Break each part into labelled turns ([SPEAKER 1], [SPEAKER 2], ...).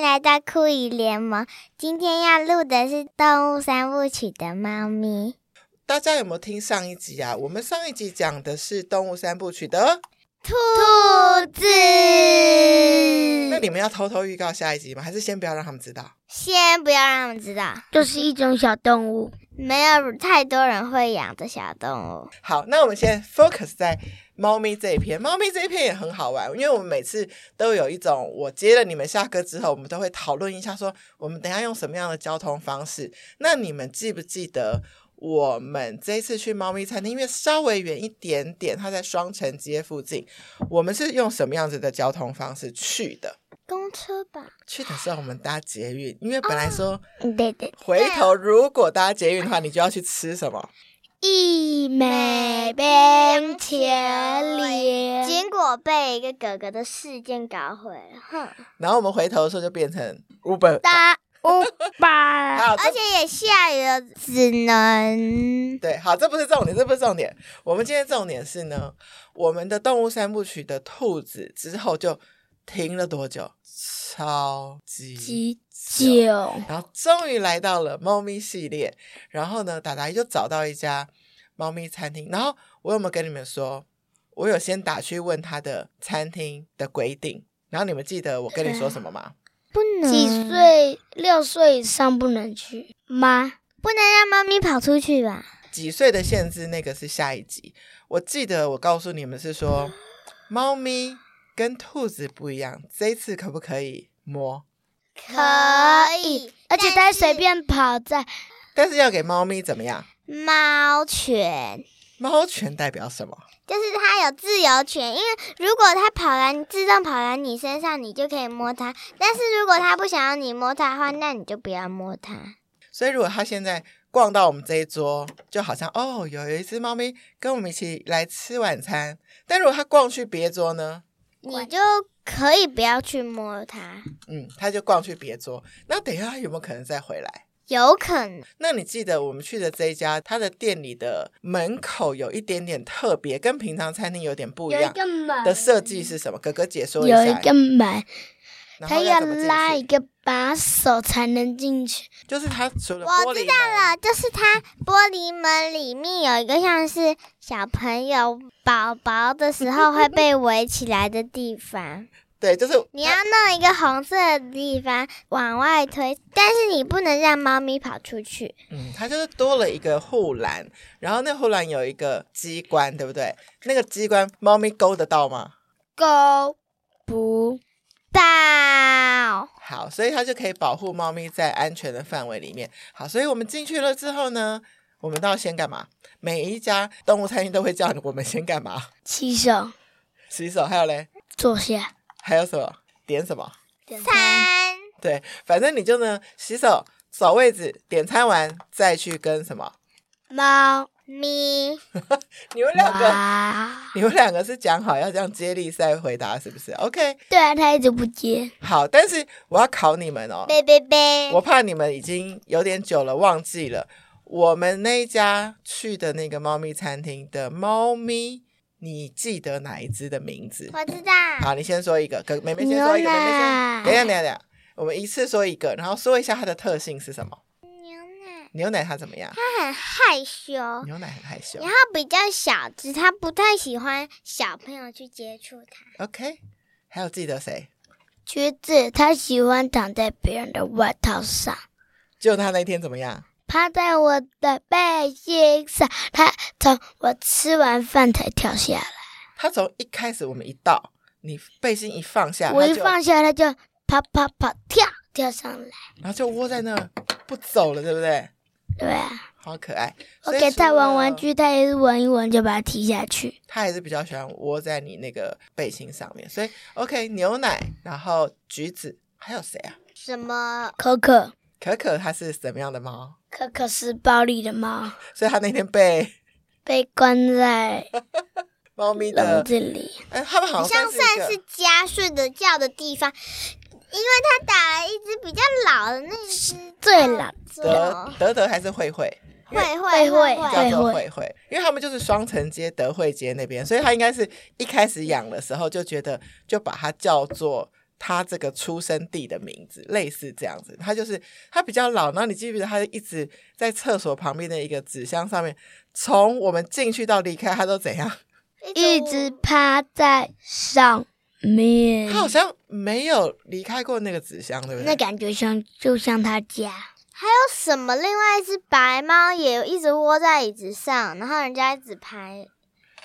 [SPEAKER 1] 来到酷鱼联盟。今天要录的是《动物三部曲》的猫咪。
[SPEAKER 2] 大家有没有听上一集啊？我们上一集讲的是《动物三部曲》的，
[SPEAKER 1] 兔子，
[SPEAKER 2] 那你们要偷偷预告下一集吗？还是先不要让他们知道？
[SPEAKER 1] 先不要让他们知道，
[SPEAKER 3] 就是一种小动物。
[SPEAKER 1] 没有太多人会养的小动物。
[SPEAKER 2] 好，那我们先 focus 在猫咪这一篇。猫咪这一篇也很好玩，因为我们每次都有一种，我接了你们下课之后，我们都会讨论一下说，我们等一下用什么样的交通方式。那你们记不记得我们这一次去猫咪餐厅，因为稍微远一点点，它在双城街附近，我们是用什么样子的交通方式去的？
[SPEAKER 1] 公车吧，
[SPEAKER 2] 去的时候我们搭捷运，因为本来说
[SPEAKER 3] 对对，
[SPEAKER 2] 回头如果搭捷运的话，你就要去吃什么？
[SPEAKER 3] 一美冰淇淋，
[SPEAKER 1] 结果被一个哥哥的事件搞毁了，哼！
[SPEAKER 2] 然后我们回头的时候就变成 Uber，
[SPEAKER 1] 大，
[SPEAKER 3] 欧巴，
[SPEAKER 2] 好，
[SPEAKER 1] 而
[SPEAKER 2] 这
[SPEAKER 1] 且也下雨了，只能
[SPEAKER 2] 对，好，这不是重点，这不是重点。我们今天重点是呢，我们的动物三部曲的兔子之后就停了多久？超级。
[SPEAKER 3] 几久？
[SPEAKER 2] 然后终于来到了猫咪系列，然后呢，达达就找到一家猫咪餐厅。然后我有没有跟你们说，我有先打去问他的餐厅的规定？然后你们记得我跟你说什么吗？
[SPEAKER 1] 不能
[SPEAKER 3] 几岁？六岁以上不能去吗？
[SPEAKER 1] 不能让猫咪跑出去吧？
[SPEAKER 2] 几岁的限制，那个是下一集。我记得我告诉你们是说，猫咪跟兔子不一样，这一次可不可以摸？
[SPEAKER 1] 可以，
[SPEAKER 3] 而且它
[SPEAKER 1] 但是
[SPEAKER 3] 随便跑在
[SPEAKER 2] 但是要给猫咪怎么样？
[SPEAKER 1] 猫犬。
[SPEAKER 2] 猫权代表什么？
[SPEAKER 1] 就是它有自由权，因为如果它跑来自动跑来你身上，你就可以摸它；但是如果它不想要你摸它的话，那你就不要摸它。
[SPEAKER 2] 所以如果它现在逛到我们这一桌，就好像哦，有一只猫咪跟我们一起来吃晚餐。但如果它逛去别桌呢？
[SPEAKER 1] 你就可以不要去摸它，
[SPEAKER 2] 嗯，它就逛去别桌。那等一下它有没有可能再回来？
[SPEAKER 1] 有可能
[SPEAKER 2] 那你记得我们去的这一家，它的店里的门口有一点点特别，跟平常餐厅有点不一样
[SPEAKER 3] 门
[SPEAKER 2] 的设计是什么？哥哥解说一
[SPEAKER 3] 有一
[SPEAKER 2] 下。
[SPEAKER 3] 个门，
[SPEAKER 2] 然
[SPEAKER 3] 它
[SPEAKER 2] 后
[SPEAKER 3] 要
[SPEAKER 2] 要怎么进
[SPEAKER 3] 拉一
[SPEAKER 2] 去？
[SPEAKER 3] 个把手才能进去。
[SPEAKER 2] 就是它除了
[SPEAKER 1] 我
[SPEAKER 2] 玻
[SPEAKER 1] 知
[SPEAKER 2] 璃
[SPEAKER 1] 道
[SPEAKER 2] 门，
[SPEAKER 1] 了，啊就是它玻璃门里面有一个像是小朋友宝宝的时候会被围起来的地方。
[SPEAKER 2] 对，就是
[SPEAKER 1] 你要弄一个红色的地方往外推，但是你不能让猫咪跑出去。
[SPEAKER 2] 嗯，它就是多了一个护栏，然后那护栏有一个机关，对不对？那个机关猫咪勾得到吗？
[SPEAKER 3] 勾不
[SPEAKER 1] 到，
[SPEAKER 2] 好，所以它就可以保护猫咪在安全的范围里面。好，所以我们进去了之后呢，我们都要先干嘛？每一家动物餐厅都会叫我们先干嘛？
[SPEAKER 3] 起手
[SPEAKER 2] 洗手，还有嘞，
[SPEAKER 3] 坐下，
[SPEAKER 2] 还有什么？点什么？
[SPEAKER 1] 三。
[SPEAKER 2] 对，反正你就呢，洗手、找位置、点餐完，再去跟什么？
[SPEAKER 3] 猫啊
[SPEAKER 1] 咪，
[SPEAKER 2] 你们两个，
[SPEAKER 3] 哇！
[SPEAKER 2] 你们两个是讲好要这样接力赛回答，是不是？OK，
[SPEAKER 3] 对啊，它一直不接。
[SPEAKER 2] 好，但是我要考你们哦，
[SPEAKER 1] 贝贝贝，
[SPEAKER 2] 我怕你们已经有点久了忘记了，我们那一家去的那个猫咪餐厅的猫咪，你记得哪一只的名字？
[SPEAKER 1] 我知道，
[SPEAKER 2] 好，你先说一个，跟妹妹先说一个，
[SPEAKER 3] 啊牛
[SPEAKER 2] 妹妹
[SPEAKER 3] 奶
[SPEAKER 2] 先，等一下，等一下，等一下，我们一次说一个，然后说一下它的特性是什么。
[SPEAKER 1] 牛奶，
[SPEAKER 2] 牛奶它怎么样？
[SPEAKER 1] 它很害羞，
[SPEAKER 2] 牛奶很害羞
[SPEAKER 1] 然。后比较小只，它不太喜欢小朋友去接触它。
[SPEAKER 2] OK，还有记得谁？
[SPEAKER 3] 橘子它喜欢躺在别人的外套上，
[SPEAKER 2] 就它那天怎么样？
[SPEAKER 3] 趴在我的背心上。它从我吃完饭才跳下来，
[SPEAKER 2] 它从一开始我们一到，你背心一放下，
[SPEAKER 3] 我
[SPEAKER 2] 它
[SPEAKER 3] 一
[SPEAKER 2] 就
[SPEAKER 3] 放下它就啪啪啪跳跳上来。
[SPEAKER 2] 然后就窝在那儿不走了，对不对？
[SPEAKER 3] 对啊，
[SPEAKER 2] 好可爱。
[SPEAKER 3] 我
[SPEAKER 2] 所以
[SPEAKER 3] 给它
[SPEAKER 2] 除
[SPEAKER 3] 玩
[SPEAKER 2] 了
[SPEAKER 3] 玩具，它也是玩一玩就把它踢下去。
[SPEAKER 2] 它还是比较喜欢窝在你那个背心上面。所以，OK，牛奶，然后橘子，还有谁啊？
[SPEAKER 1] 什么？
[SPEAKER 3] 可可，
[SPEAKER 2] 可可它是什么样的猫？
[SPEAKER 3] 可可是暴力的猫，
[SPEAKER 2] 所以它那天被
[SPEAKER 3] 被关在
[SPEAKER 2] 猫咪
[SPEAKER 3] 笼
[SPEAKER 2] 的，
[SPEAKER 3] 子里。
[SPEAKER 2] 哎，它们好
[SPEAKER 1] 好像
[SPEAKER 2] 像算
[SPEAKER 1] 算是
[SPEAKER 2] 是一个
[SPEAKER 1] 家睡的觉的地方，因为它打了一只比较老的那只
[SPEAKER 3] 最老
[SPEAKER 2] 德德德还是慧慧，
[SPEAKER 1] 会会
[SPEAKER 3] 会
[SPEAKER 1] 会
[SPEAKER 2] 叫
[SPEAKER 3] 对
[SPEAKER 2] 做
[SPEAKER 3] 慧
[SPEAKER 2] 慧慧，因为他们就是双城街德惠街那边，所以它应该是一开始养的时候就觉得就把它叫做它这个出生地的名字，类似这样子。它就是它比较老，然后你记不记得它一直在厕所旁边的一个纸箱上面，从我们进去到离开，它都怎样？
[SPEAKER 3] 一直趴在上面
[SPEAKER 2] 它，好像没有离开过那个纸箱，对不对？
[SPEAKER 3] 嗯那感觉像就像他家。
[SPEAKER 1] 还有什么？另外一只白猫也一直窝在椅子上，然后人家一直拍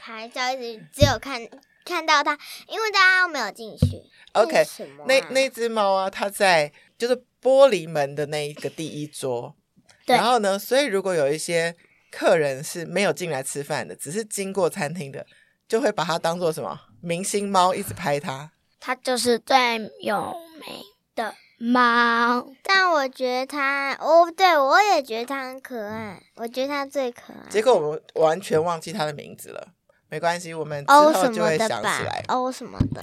[SPEAKER 1] 拍照，一直只有看看到它，因为大家都没有进去。
[SPEAKER 2] OK，
[SPEAKER 1] 那是什么啊
[SPEAKER 2] 那那只猫啊，它在就是玻璃门的那一个第一桌。
[SPEAKER 3] 对
[SPEAKER 2] 然后呢，所以如果有一些客人是没有进来吃饭的，只是经过餐厅的，就会把它当做什么明星猫，一直拍它。
[SPEAKER 3] 它就是最有名的猫，
[SPEAKER 1] 但我觉得它，哦，对我也觉得它很可爱，我觉得它最可爱
[SPEAKER 2] 结。果我们完全忘记它的名字了。没关系，我们之
[SPEAKER 1] 欧
[SPEAKER 2] 后
[SPEAKER 1] 哦什
[SPEAKER 2] 就
[SPEAKER 1] 么
[SPEAKER 2] 会
[SPEAKER 1] 的
[SPEAKER 2] 想起
[SPEAKER 1] 吧
[SPEAKER 2] 来，。
[SPEAKER 1] 欧什么的。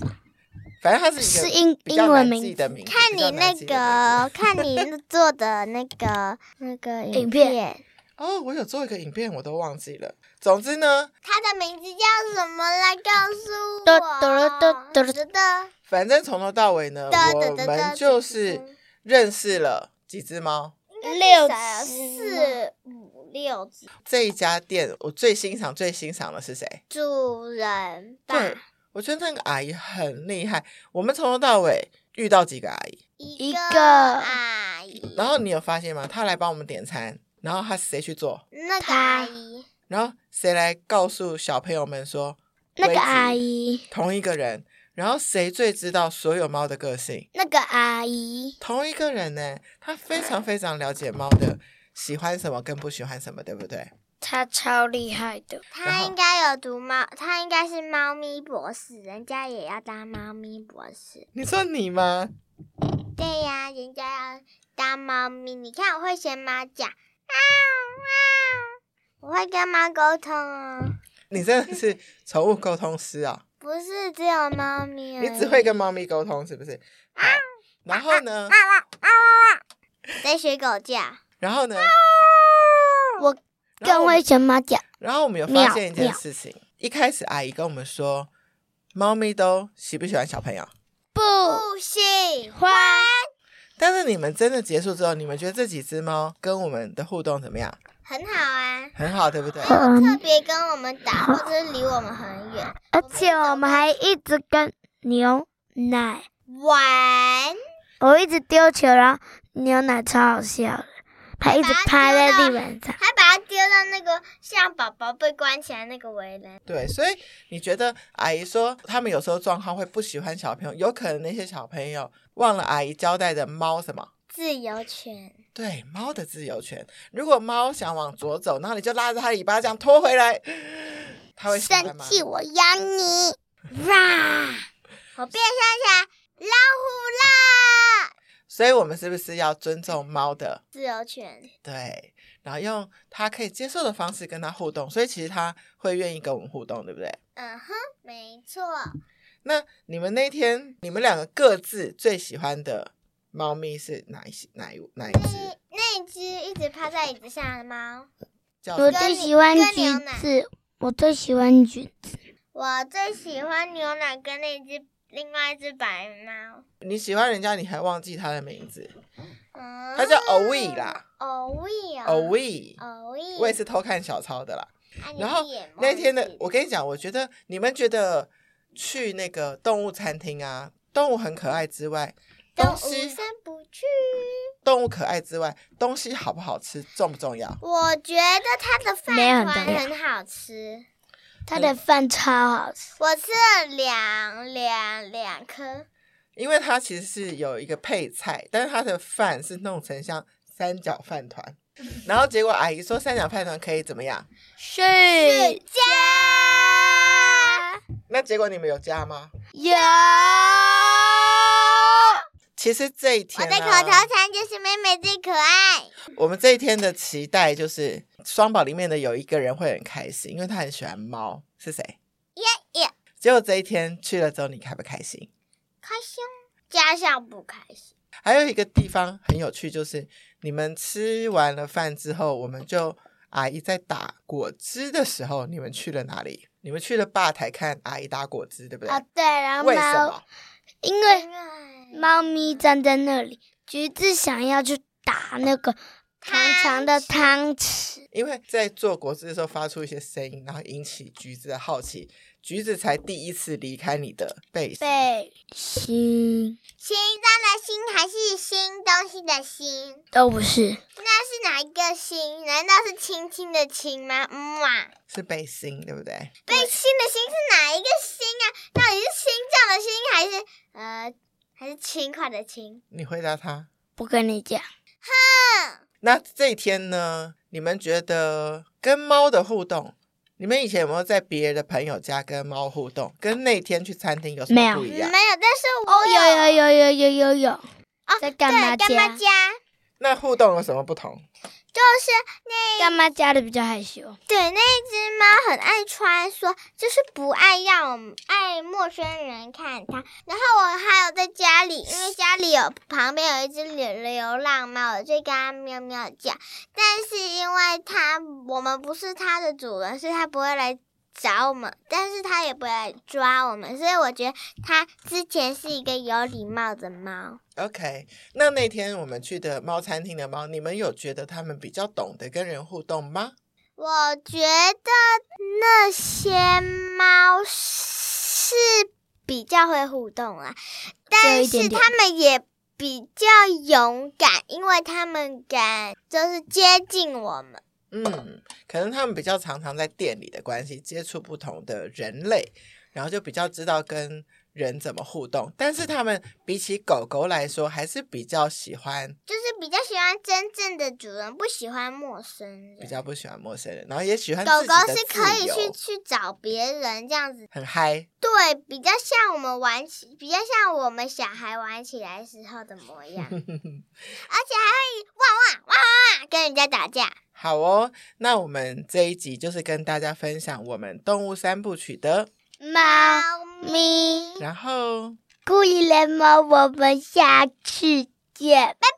[SPEAKER 2] 反正它是
[SPEAKER 3] 是
[SPEAKER 2] 一个
[SPEAKER 3] 英
[SPEAKER 2] 比
[SPEAKER 3] 英
[SPEAKER 2] 较
[SPEAKER 3] 文
[SPEAKER 2] 难记
[SPEAKER 3] 名
[SPEAKER 2] 的名字。
[SPEAKER 1] 看
[SPEAKER 2] 比
[SPEAKER 1] 你
[SPEAKER 2] 较
[SPEAKER 1] 那
[SPEAKER 2] 难记的名字
[SPEAKER 1] 个，看你做的那个那个影
[SPEAKER 3] 影片
[SPEAKER 1] 片，
[SPEAKER 2] 哦，我有做一个影片，我都忘记了。总之呢，
[SPEAKER 1] 它的名字叫什么来告诉我。
[SPEAKER 3] 嘟嘟噜嘟嘟噜
[SPEAKER 1] 嘟嘟
[SPEAKER 2] 反正从头到尾呢，
[SPEAKER 1] 哒哒
[SPEAKER 2] 我
[SPEAKER 1] 哒
[SPEAKER 2] 们
[SPEAKER 1] 哒
[SPEAKER 2] 就是
[SPEAKER 1] 嗯
[SPEAKER 2] 认识了几只猫。
[SPEAKER 1] 六
[SPEAKER 3] 只
[SPEAKER 1] 四五六只
[SPEAKER 2] 这一家店我最欣赏、最欣赏的是谁？
[SPEAKER 1] 主人吧，
[SPEAKER 2] 对，我觉得那个阿姨很厉害。我们从头到尾遇到几个阿姨，
[SPEAKER 1] 一
[SPEAKER 3] 一
[SPEAKER 1] 个
[SPEAKER 3] 个
[SPEAKER 1] 阿姨，
[SPEAKER 2] 然后你有发现吗？她来帮我们点餐，然后她谁去做，
[SPEAKER 1] 那个
[SPEAKER 3] 她
[SPEAKER 1] 阿姨，
[SPEAKER 2] 然后谁来告诉小朋友们说
[SPEAKER 3] 那个阿
[SPEAKER 2] 为止
[SPEAKER 3] 姨，
[SPEAKER 2] 同一个人，然后谁最知道所有猫的个性？
[SPEAKER 3] 那个阿姨，
[SPEAKER 2] 同一个人呢，她非常非常了解猫的喜欢什么跟不喜欢什么，对不对？
[SPEAKER 3] 她超厉害的。
[SPEAKER 1] 她
[SPEAKER 2] 然后
[SPEAKER 1] 应该有读猫，她应该是猫咪博士，人家也要当猫咪博士。
[SPEAKER 2] 你说你吗？
[SPEAKER 1] 对呀、人家要当猫咪。你看，我会学猫叫，喵喵，我会跟猫沟通哦。
[SPEAKER 2] 你真的是宠物沟通师啊！
[SPEAKER 1] 不是只有猫咪而已，
[SPEAKER 2] 你只会跟猫咪沟通，是不是？好，然后呢？
[SPEAKER 1] 在学狗叫，
[SPEAKER 2] 然后呢？
[SPEAKER 3] 我
[SPEAKER 2] 然后
[SPEAKER 3] 更
[SPEAKER 2] 我
[SPEAKER 3] 会
[SPEAKER 2] 们
[SPEAKER 3] 学猫叫，
[SPEAKER 2] 然后我们有发
[SPEAKER 3] 喵
[SPEAKER 2] 现一件
[SPEAKER 3] 喵
[SPEAKER 2] 事情，一开始阿姨跟我们说，猫咪都喜不喜欢小朋友？
[SPEAKER 3] 不
[SPEAKER 1] 不行，
[SPEAKER 3] 欢
[SPEAKER 2] 但是你们真的结束之后，你们觉得这几只猫跟我们的互动怎么样？
[SPEAKER 1] 很好啊。
[SPEAKER 2] 很好，对不对？
[SPEAKER 3] 嗯
[SPEAKER 1] 特别跟我们打，或者是离我们很远
[SPEAKER 3] 而且我们还一直跟牛奶，
[SPEAKER 1] 玩，
[SPEAKER 3] 我一直丢球，然后牛奶超好笑的，它一直趴在地板上。
[SPEAKER 1] 还把它丢到那个像宝宝被关起来那个围栏。
[SPEAKER 2] 对，所以你觉得阿姨说他们有时候状况会不喜欢小朋友，有可能那些小朋友忘了阿姨交代的猫什么？
[SPEAKER 1] 自由犬，
[SPEAKER 2] 对，猫的自由权。如果猫想往左走，然后你就拉着它的尾巴这样拖回来，它会喜欢吗？
[SPEAKER 1] 我咬你！ 哇，我变身成老虎啦！
[SPEAKER 2] 所以我们是不是要尊重猫的？
[SPEAKER 1] 自由犬，
[SPEAKER 2] 对，然后用它可以接受的方式跟它互动，所以其实它会愿意跟我们互动，对不对？
[SPEAKER 1] 嗯哼，没错。
[SPEAKER 2] 那你们那天你们两个各自最喜欢的猫咪是哪一些哪一哪一只？
[SPEAKER 1] 那一只一直趴在椅子上的猫，
[SPEAKER 2] 叫
[SPEAKER 3] 我
[SPEAKER 2] 什么
[SPEAKER 3] 最喜欢
[SPEAKER 1] 跟
[SPEAKER 3] 橘
[SPEAKER 1] 牛奶
[SPEAKER 3] 子，我最喜欢橘子，
[SPEAKER 1] 我最喜欢牛奶跟那只另外一只白猫。
[SPEAKER 2] 你喜欢人家，你还忘记它的名字？
[SPEAKER 1] 嗯，
[SPEAKER 2] 它叫 Owe 啦
[SPEAKER 1] ，Owe 啊
[SPEAKER 2] ，Owe。
[SPEAKER 1] ，Owe，
[SPEAKER 2] 我也是偷看小抄的啦。
[SPEAKER 1] 啊你
[SPEAKER 2] 然后
[SPEAKER 1] 是野猫
[SPEAKER 2] 那天的
[SPEAKER 1] 系，
[SPEAKER 2] 我跟你讲，我觉得你们觉得去那个动物餐厅啊，动物很可爱之外，
[SPEAKER 1] 动
[SPEAKER 2] 东
[SPEAKER 1] 物
[SPEAKER 2] 西
[SPEAKER 1] 三不去。
[SPEAKER 2] 动物可爱之外，东西好不好吃重不重要？
[SPEAKER 1] 我觉得它的饭
[SPEAKER 3] 没有很
[SPEAKER 1] 团
[SPEAKER 3] 重要
[SPEAKER 1] 很好吃，
[SPEAKER 3] 它的饭超好吃。
[SPEAKER 1] 我吃了两两两颗，
[SPEAKER 2] 因为它其实是有一个配菜，但是它的饭是弄成像三角饭 团，然后结果阿姨说三角饭团可以怎么样？
[SPEAKER 3] 是
[SPEAKER 1] 是加
[SPEAKER 2] 那结果你们有加吗？
[SPEAKER 3] 有
[SPEAKER 2] 其实这一
[SPEAKER 1] 我
[SPEAKER 2] 天、啊，
[SPEAKER 1] 的口头禅就是妹妹最可爱。
[SPEAKER 2] 我们这一天的期待就是双宝里面的有一个人会很开心，因为他很喜欢猫，是谁？
[SPEAKER 1] 耶耶，
[SPEAKER 2] 结果这一天去了之后，你开不开心？
[SPEAKER 1] 开心，加上不开心。
[SPEAKER 2] 还有一个地方很有趣，就是你们吃完了饭之后，我们就阿姨在打果汁的时候，你们去了哪里？你
[SPEAKER 3] 啊
[SPEAKER 2] 们去了吧台看阿姨打果汁，对不对？
[SPEAKER 3] 哦，对，然后
[SPEAKER 2] 为什
[SPEAKER 3] 猫，
[SPEAKER 2] 么？
[SPEAKER 3] 因为
[SPEAKER 1] 因为
[SPEAKER 3] 猫咪站在那里，橘子想要去打那个长长的汤匙，
[SPEAKER 2] 因为在做果汁的时候发出一些声音，然后引起橘子的好奇，橘子才第一次离开你的背心。
[SPEAKER 3] 背心
[SPEAKER 1] 心脏的心还是新东西的新？
[SPEAKER 3] 都不是，
[SPEAKER 1] 那是哪一个心？难道是亲亲的亲吗？嗯哇，
[SPEAKER 2] 是背心，对不对？
[SPEAKER 1] 被亲的心是哪一个心啊？到底是心脏的心还是呃还是轻快的轻？
[SPEAKER 2] 你回答他。
[SPEAKER 3] 不跟你讲，
[SPEAKER 2] 那这一天呢？你们觉得跟猫的互动，你们以前有没有在别人的朋友家跟猫互动？跟那天去餐厅有什
[SPEAKER 3] 没
[SPEAKER 2] 么
[SPEAKER 3] 有
[SPEAKER 2] 不
[SPEAKER 1] 嗯没
[SPEAKER 2] 一
[SPEAKER 1] 有，
[SPEAKER 2] 样？
[SPEAKER 1] 但是
[SPEAKER 3] 哎哦，
[SPEAKER 1] 我
[SPEAKER 3] 有有有有有有有，
[SPEAKER 1] 哦
[SPEAKER 3] 在
[SPEAKER 1] 对
[SPEAKER 3] 干嘛
[SPEAKER 1] 干
[SPEAKER 3] 家
[SPEAKER 1] 妈家
[SPEAKER 2] 那互动有什么不同？
[SPEAKER 1] 就是
[SPEAKER 3] 干妈家的比较害羞，
[SPEAKER 1] 对，那一只猫很爱穿梭，就是不爱让我们爱陌生人看它。然后我还有在家里，因为家里有旁边有一只流流浪猫，我就跟它喵喵叫。但是因为它我们不是它的主人，所以它不会来找我们，但是它也不会来抓我们。所以我觉得它之前是一个有礼貌的猫。
[SPEAKER 2] OK，那那天我们去的猫餐厅的猫，你们有觉得他们比较懂得跟人互动吗？
[SPEAKER 1] 我觉得那些猫是比较会互动啦，
[SPEAKER 3] 有
[SPEAKER 1] 但
[SPEAKER 3] 一点
[SPEAKER 1] 是
[SPEAKER 3] 点
[SPEAKER 1] 它们也比较勇敢，因为它们敢就是接近我们。
[SPEAKER 2] 嗯，可能他们比较常常在店里的关系接触不同的人类，然后就比较知道跟人怎么互动。但是他们比起狗狗来说，还是比较喜欢，
[SPEAKER 1] 就是比较喜欢真正的主人，不喜欢陌生
[SPEAKER 2] 比
[SPEAKER 1] 人。
[SPEAKER 2] 较不喜欢陌生人，然后也喜欢
[SPEAKER 1] 狗
[SPEAKER 2] 自己
[SPEAKER 1] 狗
[SPEAKER 2] 的
[SPEAKER 1] 是
[SPEAKER 2] 自
[SPEAKER 1] 可以
[SPEAKER 2] 由
[SPEAKER 1] 去去找别人这样子，
[SPEAKER 2] 很嗨。
[SPEAKER 1] 对，比较像我们玩起，比较像我们小孩玩起来时候的模 样，而且还会汪汪汪汪汪跟人家打架。
[SPEAKER 2] 好哦，那我们这一集就是跟大家分享我们动物三部曲的，
[SPEAKER 3] 猫
[SPEAKER 1] 咪，
[SPEAKER 3] 咪
[SPEAKER 2] 然后
[SPEAKER 3] 故意联盟，我们下次见，拜拜。